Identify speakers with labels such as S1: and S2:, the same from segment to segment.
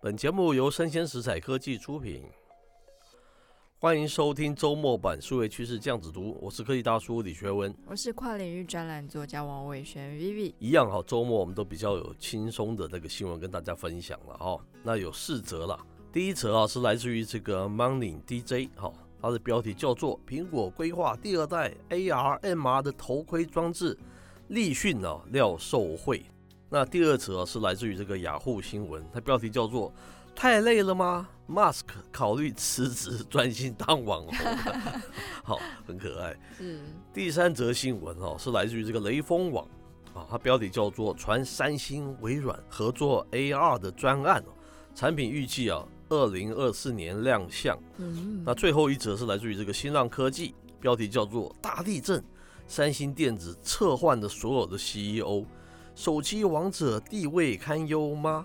S1: 本节目由生鲜食材科技出品，欢迎收听周末版数位趋势酱子读，我是科技大叔李学文。
S2: 我是跨领域专栏作家王伟轩 Vivi。
S1: 一样哈，周末我们都比较有轻松的那个新闻跟大家分享了哈、那有四则了，第一则啊是来自于这个 Money DJ 哈、它的标题叫做“苹果规划第二代 AR MR 的头盔装置立讯啊料受惠”。那第二则啊是来自于这个雅虎新闻，它标题叫做“太累了吗？Musk 考虑辞职专心当网红”， 好，很可爱。
S2: 是，
S1: 第三则新闻哦，是来自于这个雷锋网啊，它标题叫做“传三星、微软合作 AR 的专案哦，产品预计啊，二零二四年亮相”。
S2: 嗯
S1: 那，最后一则是来自于这个新浪科技，标题叫做“大地震”，三星电子撤换的所有的 CEO，手机王者地位堪忧吗？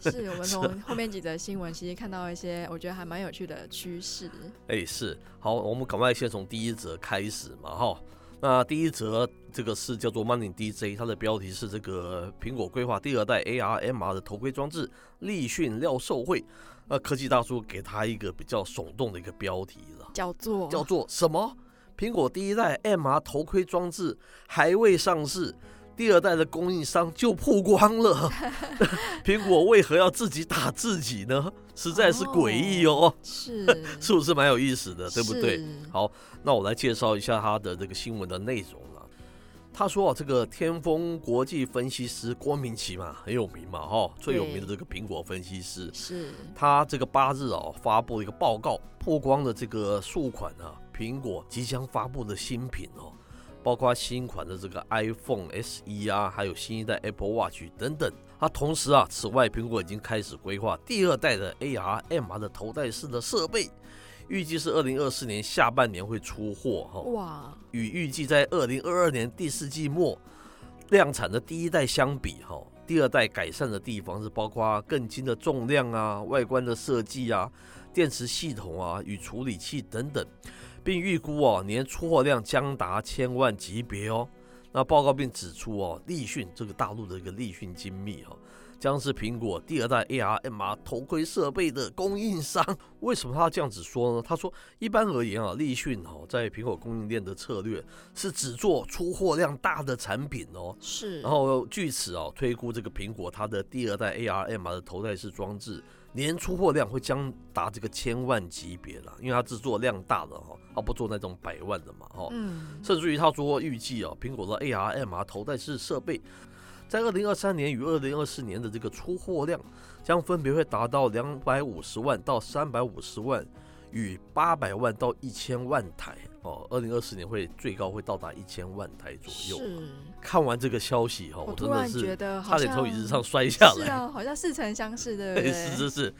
S2: 是我们从
S1: 啊
S2: 后面几则新闻其实看到一些我觉得还蛮有趣的趋势。
S1: 哎，是好，我们赶快先从第一则开始嘛，哈。那第一则这个是叫做 Money DJ，它的标题是这个苹果规划第二代 AR MR 的头盔装置立讯料受惠。那科技大叔给他一个比较耸动的一个标题了，
S2: 叫做
S1: 叫做什么？苹果第一代 MR 头盔装置还未上市，第二代的供应商就曝光了。苹果为何要自己打自己呢？实在是诡异哦
S2: 是
S1: 是不是蛮有意思的，对不对？
S2: 是
S1: 好，那我来介绍一下他的这个新闻的内容了。他说啊，这个天风国际分析师郭明奇嘛，很有名嘛，哈、最有名的这个苹果分析师，
S2: 是
S1: 他这个八日啊发布了一个报告，曝光了这个数款啊苹果即将发布的新品哦，包括新款的这个 iPhone SE 啊，还有新一代 Apple Watch 等等。它同时啊，此外苹果已经开始规划第二代的 AR MR 的头戴式的设备，预计是二零二四年下半年会出货哈、
S2: 哇，
S1: 与预计在二零二二年第四季末量产的第一代相比，哈，第二代改善的地方是包括更轻的重量啊、外观的设计啊、电池系统啊与处理器等等，并预估哦年出货量将达千万级别哦。那报告并指出哦，立讯这个大陆的一个立讯精密哦，将是苹果第二代 AR MR 头盔设备的供应商。为什么他这样子说呢？他说，一般而言啊，立讯哦，在苹果供应链的策略是只做出货量大的产品哦。
S2: 是，
S1: 然后据此哦，推估这个苹果它的第二代 AR MR 的头戴式装置年出货量会将达这个千万级别了，因为它制作量大了哈、哦，它不做那种百万的嘛哈、哦。
S2: 嗯，
S1: 甚至于他说预计啊，苹果的 AR、MR 头戴式设备在二零二三年与二零二四年的这个出货量将分别会达到两百五十万到三百五十万与八百万到一千万台哦，二零二四年会最高会到达一千万台左右。
S2: 是，
S1: 看完这个消息哈、
S2: 我
S1: 我
S2: 突
S1: 真
S2: 然
S1: 的
S2: 觉
S1: 是
S2: 得好
S1: 差点
S2: 像
S1: 从椅子上摔下
S2: 是
S1: 来。
S2: 啊，好像似曾相识，对不
S1: 对，
S2: 对？
S1: 是是是，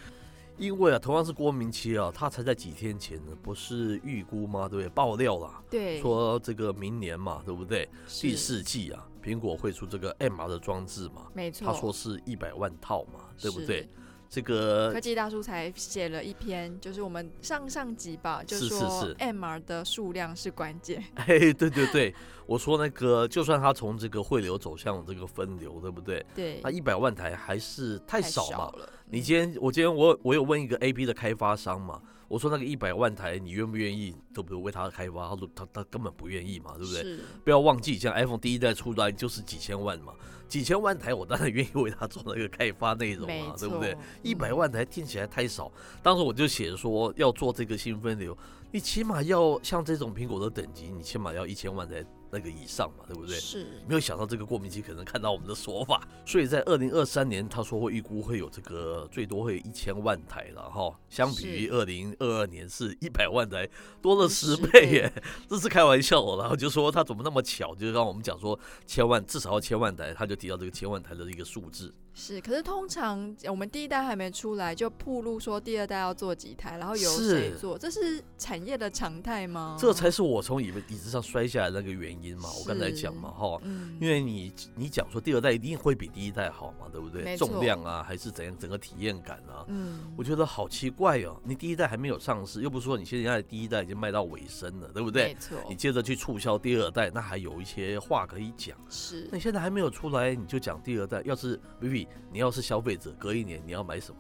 S1: 因为啊，同样是郭明奇啊，他才在几天前呢，不是预估吗？对不对？爆料啦，
S2: 对，
S1: 说这个明年嘛，对不对？第
S2: 是
S1: 四季啊，苹果会出这个 MR 的装置嘛？
S2: 没错，
S1: 他说是一百万套嘛，对不
S2: 是
S1: 对？这
S2: 科
S1: 个
S2: 技大叔才写了一篇，就是我们上上集吧，就是
S1: 是
S2: 说
S1: 是
S2: MR 的数量是关键，
S1: 嘿，对对对，我说那个，就算它从这个汇流走向这个分流，对不对？
S2: 对
S1: 那，一百万台还是太
S2: 太
S1: 少嘛。
S2: 了。
S1: 你
S2: 嗯
S1: 今天，我今天我我有问一个 A P 的开发商嘛，我说那个一百万台你愿不愿意，对不对？为他开发，他说他他根本不愿意嘛，对不对？
S2: 是
S1: 不要忘记，像 iPhone 第一代出来就是几千万嘛，几千万台，我当然愿意为它做那个开发内容
S2: 没
S1: 啊对
S2: 错，，
S1: 不对？一百
S2: 嗯
S1: 万台听起来太少，当时我就写说要做这个新分流，你起码要像这种苹果的等级，你起码要一千万台那个以上嘛，对不对？
S2: 是
S1: 没有想到这个过敏期可能看到我们的说法，所以在二零二三年，他说会预估会有这个最多会有一千万台了哈，相比于二零二二年是一百万台，多了十
S2: 10
S1: 倍
S2: 倍
S1: 耶，这是开玩笑的啦。然后就说他怎么那么巧，就让我们讲说千万至少要千万台，他就提到这个千万台的一个数字。
S2: 是，可是通常我们第一代还没出来就铺路说第二代要做几台，然后由谁
S1: 是
S2: 做，这是产业的常态吗？
S1: 这才是我从椅椅子上摔下来那个原因嘛。我刚才
S2: 哦是
S1: 讲嘛，哈，
S2: 嗯，
S1: 因为你你讲说第二代一定会比第一代好嘛，对不对？
S2: 没错
S1: 重量啊，还是怎样，整个体验感啊，
S2: 嗯
S1: 我觉得好奇怪哦。你第一代还没有上市，又不是说你现在第一代已经卖到尾声了，对不对
S2: 没？错
S1: 你接着去促销第二代，那还有一些话可以讲。
S2: 是
S1: 那你现在还没有出来，你就讲第二代。要是 Vivi，你要是消费者，隔一年你要买什么？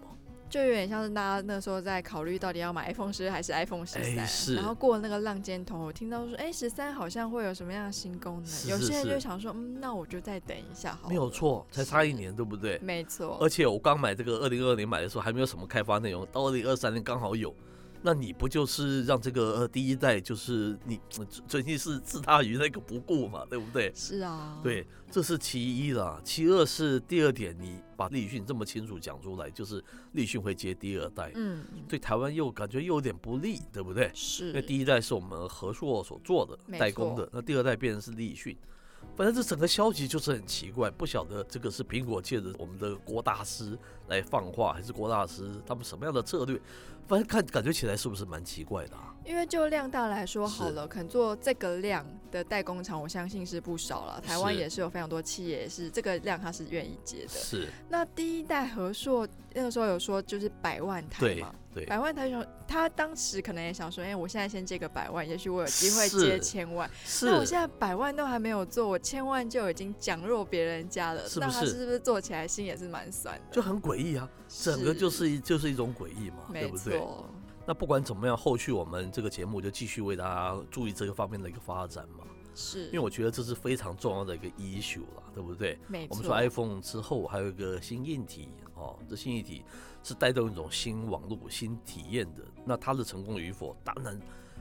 S2: 就有点像是大家那时候在考虑到底要买 iPhone 十还是 iPhone 十
S1: 哎是
S2: 三，然后过了那个浪尖头，我听到说，哎，十三好像会有什么样的新功能，
S1: 是
S2: 有
S1: 是
S2: 些人
S1: 是
S2: 就想说，嗯，那我就再等一下好了，
S1: 没有，错，才差一
S2: 是
S1: 年，对不对？
S2: 没错
S1: 而，且我刚买这个二零二二年买的时候还没有什么开发内容，到二零二三年刚好有。那你不就是让这个呃第一代就是你呃最近是置他于那个不顾嘛，对不对？
S2: 是啊，，
S1: 对，这是其一啦。其二是第二点，你把立讯这么清楚讲出来，就是立讯会接第二代，
S2: 嗯，
S1: 对台湾又感觉又有点不利，对不对？
S2: 是，
S1: 因为第一代是我们合硕所做的
S2: 没
S1: 代工
S2: 错
S1: 的，那第二代变成是立讯。反正这整个消息就是很奇怪，不晓得这个是苹果借着我们的郭大师来放话，还是郭大师他们什么样的策略？反正看感觉起来是不是蛮奇怪的、啊？
S2: 因为就量大来说
S1: 是
S2: 好了，可能做这个量的代工厂，我相信是不少了。台湾
S1: 是
S2: 也是有非常多企业是这个量，它是愿意接的。
S1: 是，
S2: 那第一代和硕那个时候有说就是百万台
S1: 对
S2: 嘛，
S1: 对，
S2: 百万台想他当时可能也想说，哎、我现在先接个百万，也许我有机会
S1: 是
S2: 接千万。
S1: 是
S2: 那我现在百万都还没有做，我千万就已经讲弱别人家了，
S1: 是不
S2: 那他
S1: 是
S2: 是不是做起来心也是蛮酸的？
S1: 就很诡异啊，整个就是一就是一种诡异嘛，对
S2: 没
S1: 不对？
S2: 错，
S1: 那不管怎么样，后续我们这个节目就继续为大家注意这个方面的一个发展嘛，
S2: 是，
S1: 因为我觉得这是非常重要的一个 issue 啦，对不对？
S2: 没
S1: 我
S2: 错，
S1: 们说 iPhone 之后还有一个新硬体哦，这新硬体是带动一种新网络、新体验的。那它的成功与否，当然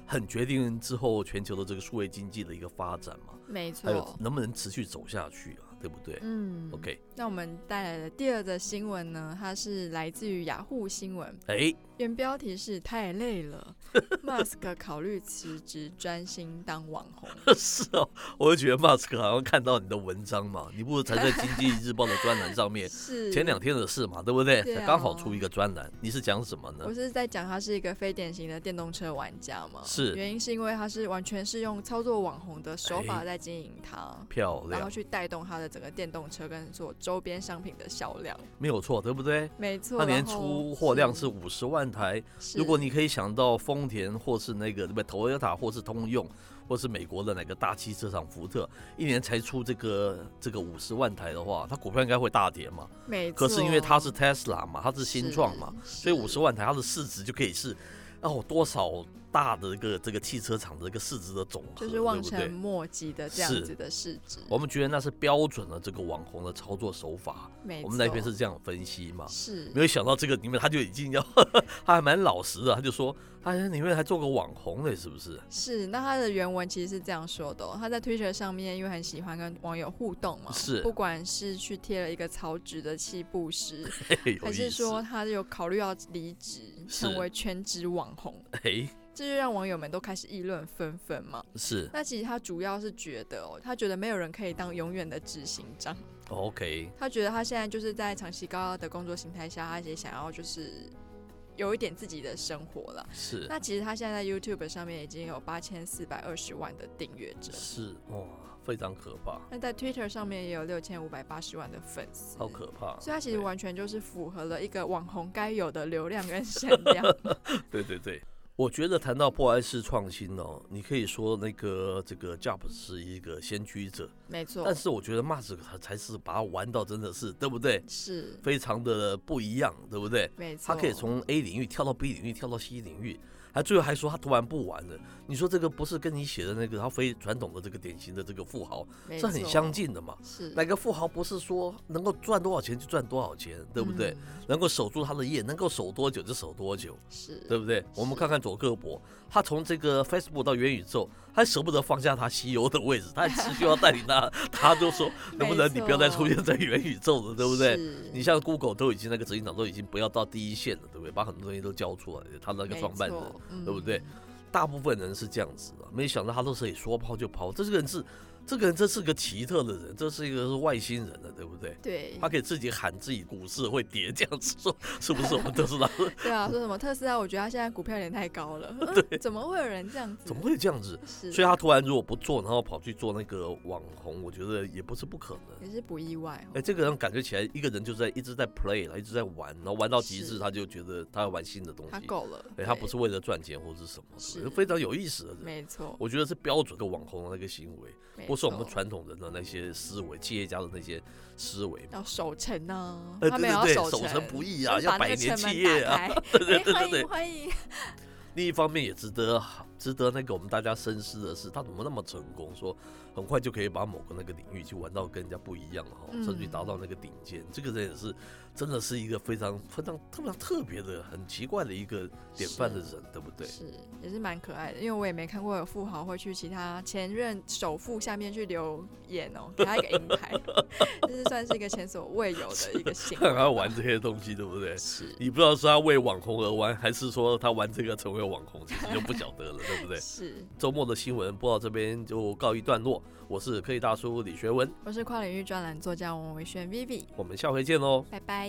S1: 很决定之后全球的这个数位经济的一个发展嘛，
S2: 没
S1: 还有
S2: 错，
S1: 能不能持续走下去啊，对不对、
S2: 嗯
S1: o k
S2: 那我们带来的第二则新闻呢，它是来自于雅虎新闻，
S1: 哎，
S2: 原标题是“太累 了 ”，Mask 考虑辞职，专心当网 红。
S1: 是哦，我就觉得 Mask 好像看到你的文章嘛，你不如才在《经济日报》的专栏上面。
S2: 是
S1: 哎前两，天的事嘛，对不对？
S2: 对啊
S1: 才刚好出一个专栏，你是讲什么呢
S2: 我？是在讲他是一个非典型的电动车玩家嘛，
S1: 是
S2: 原因是因为他是完全是用操作网红的手法
S1: 哎啊
S2: 在经营它。
S1: 漂
S2: 然后
S1: 亮，
S2: 去带动他的整个电动车跟所周边商品的销量，
S1: 没有错，对不对？
S2: 没错。
S1: 它年
S2: 然后
S1: 出货量是五十万台，
S2: 是，
S1: 如果你可以想到丰田或是那个对不对，Toyota 或是通用，或是美国的哪个大汽车厂福特，一年才出这个这个五十万台的话，它股票应该会大跌嘛。
S2: 没错，
S1: 可是因为它是 Tesla 嘛，它是新创嘛，
S2: 是，
S1: 所以五十
S2: 万。
S1: 万台它的市值就可以是哦多少大的一个这个汽车厂的一个市值的总和，
S2: 就是望
S1: 对不对
S2: 尘？莫及的这
S1: 是
S2: 样子的市值。
S1: 我们觉得那是标准的这个网红的操作手法，
S2: 没
S1: 我们那
S2: 错
S1: 边是这样分析嘛。
S2: 是
S1: 没有想到这个里面他就已经要， 他还蛮老实的，他就说他里面还做个网红嘞，是不是？
S2: 是，那他的原文其实是这样说的、哦：他在 Twitter 上面因为很喜欢跟网友互动嘛，
S1: 是
S2: 不管是去贴了一个草纸的七步诗，
S1: 嘿嘿 哎有
S2: 还
S1: 意
S2: 是说
S1: 思。
S2: 他有考虑要离职，成
S1: 是
S2: 为全职网红，
S1: 哎，
S2: 这就让网友们都开始议论纷纷嘛。
S1: 是
S2: 那其实他主要是觉得哦，他觉得没有人可以当永远的执行长，
S1: OK，
S2: 他觉得他现在就是在长期高压的工作形态下，他也想要就是有一点自己的生活了。
S1: 是
S2: 那其实他现在在 YouTube 上面已经有八千四百二十万的订阅者，
S1: 是哇，非常可怕，
S2: 那在 Twitter 上面也有六千五百八十万的粉丝，
S1: 好可怕。哎
S2: 所以他其实
S1: 对
S2: 完全就是符合了一个网红该有的流量 跟声量。
S1: 对对对，我觉得谈到破坏式创新哦，你可以说那个这个 Jobs 是一个先驱者，
S2: 没错
S1: 但，是我觉得 Musk 他才是把它玩到真的是对不对？
S2: 是
S1: 非常的不一样，对不对？
S2: 没错，
S1: 他可以从 A 领域跳到 B 领域，跳到 C 领域，还最后还说他突然不玩了。你说这个不是跟你写的那个他非传统的这个典型的这个富豪
S2: 没
S1: 是
S2: 错
S1: 很相，近的嘛？
S2: 是
S1: 哪个富豪不是说能够赚多少钱就赚多少钱，对不对？？
S2: 嗯
S1: 能够守住他的业，能够守多久就守多久，
S2: 是，
S1: 对不对？我们看看佐克伯，他从这个 Facebook 到元宇宙，他还舍不得放下他 CEO 的位置，他还持续要带领 他，他就说能不能你不要再出现在元宇宙了，对不对？
S2: 是
S1: 你像 Google 都已经那个执行长都已经不要到第一线了，对不对？把很多东西都交出来了，他那个创办人，
S2: 没错
S1: 对不对？
S2: 嗯
S1: 大部分人是这样子的，没想到他都是以说抛就抛。这个人是，这个人真是个奇特的人，这是一个是外星人了，对不对？
S2: 对
S1: 他，可以自己喊自己股市会跌，这样子说是不是？我们都知道，
S2: 对啊，说什么特斯拉？我觉得他现在股票有点太高了，嗯怎么会有人这样子？
S1: 怎么会这样子？
S2: 是？
S1: 所以他突然如果不做，然后跑去做那个网红，我觉得也不是不可能。
S2: 也是不意外哦
S1: 哎，这个人感觉起来，一个人就在一直在 play 了，一直在玩，然后玩到极致，
S2: 是
S1: 他就觉得他要玩新的东
S2: 他
S1: 西。
S2: 够了，
S1: 对，他
S2: 对
S1: 不是为了赚钱或是什么，对不对
S2: 是
S1: 非常有意思的人。
S2: 没错，
S1: 我觉得是标准的网红的那个行为。
S2: 没
S1: 不是我们
S2: 哦
S1: 传统人的那些思维，企业家的那些思维嘛。
S2: 要守城呢、
S1: 呃
S2: 他
S1: 对
S2: 们
S1: 对对
S2: 也要守
S1: 守
S2: 城
S1: 城不易啊
S2: 就把
S1: 要百
S2: 那个
S1: 年
S2: 城门
S1: 企业啊
S2: 打开
S1: 对
S2: 哎
S1: 对
S2: 欢
S1: 对
S2: 迎欢迎，
S1: 另一方面也值得值得那个我们大家深思的是，他怎么那么成功？说很快就可以把某个那个领域去玩到跟人家不一样哈，
S2: 嗯
S1: 甚至达到那个顶尖。这个人也是真的是一个非常非常特别特别的、很奇怪的一个典范的人，对不对？
S2: 是也是蛮可爱的，因为我也没看过有富豪会去其他前任首富下面去留言 哦，给他一个银牌，这是算是一个前所未有的一个 行为
S1: 看他玩这些东西，对不对？
S2: 是
S1: 你不知道是他为网红而玩，还是说他玩这个成为网红，其实就不晓得了，对不 对？
S2: 是，
S1: 周末的新闻播到这边就告一段落，我是科技大叔李学文，
S2: 我是跨领域专栏作家王维轩 Vivi，
S1: 我们下回见喽。
S2: 拜拜。